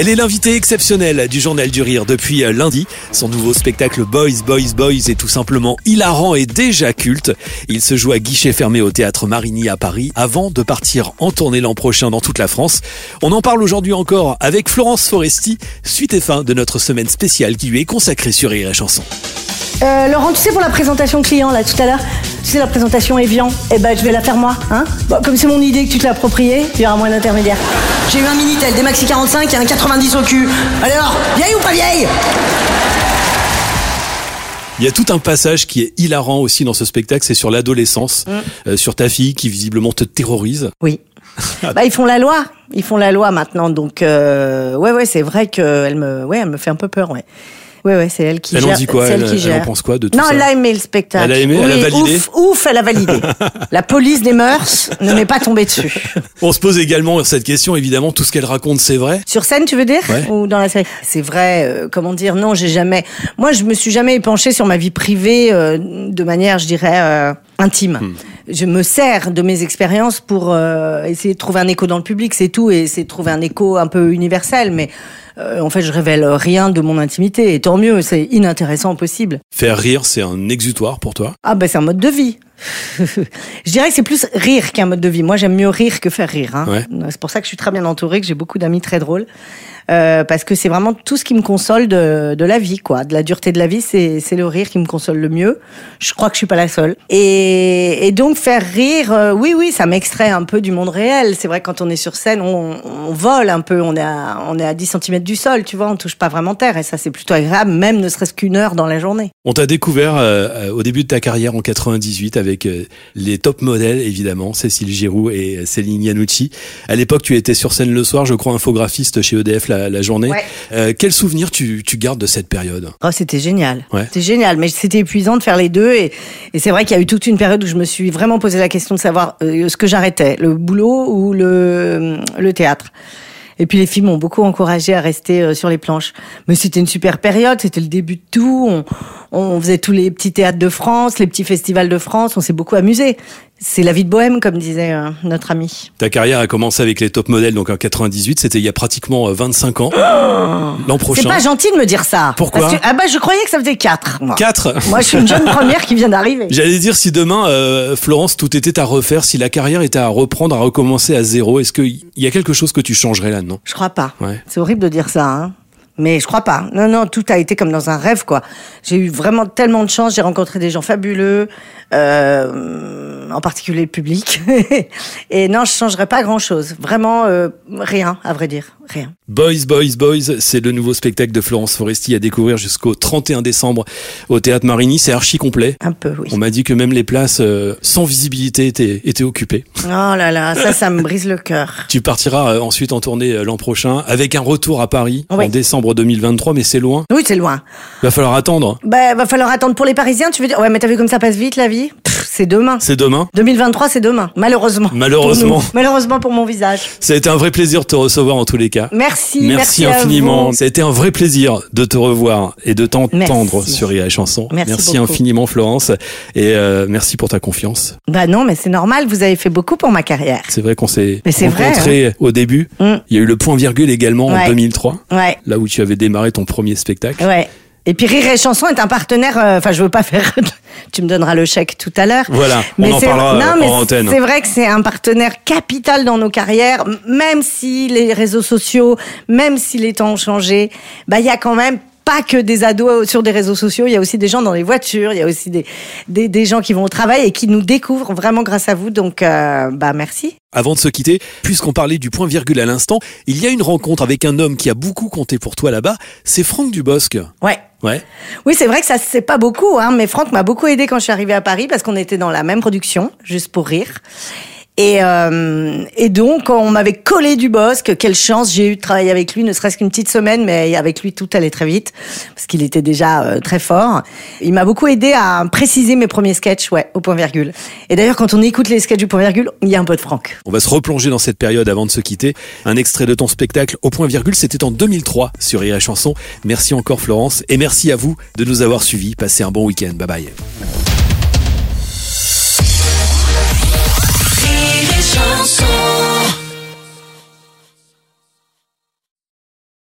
Elle est l'invitée exceptionnelle du Journal du Rire depuis euh, lundi. Son nouveau spectacle Boys, Boys, Boys est tout simplement hilarant et déjà culte. Il se joue à guichet fermé au théâtre Marigny à Paris avant de partir en tournée l'an prochain dans toute la France. On en parle aujourd'hui encore avec Florence Foresti, suite et fin de notre semaine spéciale qui lui est consacrée sur Rire et Chanson. Euh, Laurent, tu sais pour la présentation client là tout à l'heure, tu sais la présentation Evian, eh ben je vais la faire moi, hein Bon, Comme c'est mon idée que tu te l'as appropriée, il y aura moins d'intermédiaires. J'ai eu un Minitel, des Maxi 45 et un 90 au cul. Alors, vieille ou pas vieille Il y a tout un passage qui est hilarant aussi dans ce spectacle, c'est sur l'adolescence, euh, sur ta fille qui visiblement te terrorise. Oui. bah ils font la loi, ils font la loi maintenant, donc euh, ouais ouais c'est vrai qu'elle me, ouais elle me fait un peu peur, ouais. Ouais ouais c'est elle qui Elle en gère. dit quoi, c'est elle- qui elle en gère. pense quoi de tout Non ça elle a aimé le spectacle. Elle a aimé, elle a Oui, validé Ouf, ouf elle a validé. la police des mœurs ne m'est pas tombée dessus. On se pose également cette question, évidemment, tout ce qu'elle raconte c'est vrai. Sur scène, tu veux dire Ouais. Ou dans la série C'est vrai, euh, comment dire Non, j'ai jamais. Moi, je me suis jamais penchée sur ma vie privée euh, de manière, je dirais, euh, intime. Je me sers de mes expériences pour euh, essayer de trouver un écho dans le public, c'est tout, et c'est de trouver un écho un peu universel. Mais euh, en fait, je révèle rien de mon intimité, et tant mieux, c'est inintéressant possible. Faire rire, c'est un exutoire pour toi. Ah ben, c'est un mode de vie. je dirais que c'est plus rire qu'un mode de vie. Moi, j'aime mieux rire que faire rire. hein. Ouais. C'est pour ça que je suis très bien entourée, que j'ai beaucoup d'amis très drôles, Euh, parce que c'est vraiment tout ce qui me console de, de la vie, quoi, de la dureté de la vie. C'est c'est le rire qui me console le mieux. Je crois que je suis pas la seule. Et, et donc faire rire, euh, oui, oui, ça m'extrait un peu du monde réel. C'est vrai que quand on est sur scène, on, on vole un peu, on est à, on est à 10 cm du sol, tu vois, on touche pas vraiment terre. Et ça, c'est plutôt agréable, même ne serait-ce qu'une heure dans la journée. On t'a découvert euh, euh, au début de ta carrière en 98 avec euh, les top modèles, évidemment, Cécile Giroux et euh, Céline Yanucci. À l'époque, tu étais sur scène le soir, je crois, infographiste chez EDF la, la journée. Ouais. Euh, quel souvenir tu, tu gardes de cette période Oh, c'était génial. Ouais. C'était génial, mais c'était épuisant de faire les deux. Et, et c'est vrai qu'il y a eu toute une période où je me suis vraiment posé la question de savoir euh, ce que j'arrêtais, le boulot ou le, euh, le théâtre. Et puis les filles m'ont beaucoup encouragé à rester euh, sur les planches. Mais c'était une super période, c'était le début de tout. On, on faisait tous les petits théâtres de France, les petits festivals de France, on s'est beaucoup amusé. C'est la vie de bohème, comme disait euh, notre ami. Ta carrière a commencé avec les top modèles, donc en 98, c'était il y a pratiquement euh, 25 ans. L'an C'est prochain. pas gentil de me dire ça. Pourquoi Parce que- Ah bah je croyais que ça faisait quatre. Moi, 4 moi je suis une jeune première qui vient d'arriver. J'allais dire si demain, euh, Florence, tout était à refaire, si la carrière était à reprendre, à recommencer à zéro, est-ce qu'il y a quelque chose que tu changerais là-dedans Je crois pas. Ouais. C'est horrible de dire ça, hein. Mais je crois pas. Non, non, tout a été comme dans un rêve, quoi. J'ai eu vraiment tellement de chance. J'ai rencontré des gens fabuleux, euh, en particulier le public. Et non, je changerais pas grand-chose. Vraiment, euh, rien, à vrai dire, rien. Boys, Boys, Boys, c'est le nouveau spectacle de Florence Foresti à découvrir jusqu'au 31 décembre au Théâtre Marigny. C'est archi complet. Un peu, oui. On m'a dit que même les places euh, sans visibilité étaient, étaient occupées. Oh là là, ça, ça me brise le cœur. Tu partiras euh, ensuite en tournée euh, l'an prochain avec un retour à Paris Ouais. en décembre 2023, mais c'est loin. Oui, c'est loin. Va falloir attendre. Bah, va falloir attendre pour les Parisiens, tu veux dire. Ouais, mais t'as vu comme ça passe vite, la vie? Pff, C'est demain. C'est demain. 2023, c'est demain. Malheureusement. pour Malheureusement. nous. Malheureusement pour mon visage. Ça a été un vrai plaisir de te recevoir en tous les cas. Merci, merci, à infiniment. vous. Ça a été un vrai plaisir de te revoir et de t'entendre Merci. sur IA Chanson. Merci beaucoup. infiniment Florence et euh, merci pour ta confiance. Bah non, mais c'est normal, vous avez fait beaucoup pour ma carrière. C'est vrai qu'on s'est Mais c'est vrai, rencontrés au début. Mm. Il y a eu le point virgule également en Ouais. 2003, Ouais, là où tu avais démarré ton premier spectacle. ouais. Et puis Rire et Chanson est un partenaire, euh, enfin je veux pas faire, tu me donneras le chèque tout à l'heure. Voilà, on en c'est- parlera, euh, non, mais hors antenne. C'est vrai que c'est un partenaire capital dans nos carrières, m- même si les réseaux sociaux, même si les temps ont changé, bah il y a quand même pas que des ados sur des réseaux sociaux, il y a aussi des gens dans les voitures, il y a aussi des, des, des gens qui vont au travail et qui nous découvrent vraiment grâce à vous, donc euh, bah merci. Avant de se quitter, puisqu'on parlait du point virgule à l'instant, il y a une rencontre avec un homme qui a beaucoup compté pour toi là-bas, c'est Franck Dubosc. Ouais. Ouais. Oui, c'est vrai que ça se sait pas beaucoup, hein, mais Franck m'a beaucoup aidé quand je suis arrivée à Paris parce qu'on était dans la même production, juste pour rire. Et, euh, et donc, on m'avait collé du bosque. Quelle chance j'ai eu de travailler avec lui, ne serait-ce qu'une petite semaine, mais avec lui, tout allait très vite, parce qu'il était déjà euh, très fort. Il m'a beaucoup aidé à préciser mes premiers sketchs, ouais, au point virgule. Et d'ailleurs, quand on écoute les sketchs du point virgule, il y a un peu de Franck. On va se replonger dans cette période avant de se quitter. Un extrait de ton spectacle au point virgule, c'était en 2003 sur Rire et Chanson. Merci encore Florence et merci à vous de nous avoir suivis. Passez un bon week-end. Bye bye.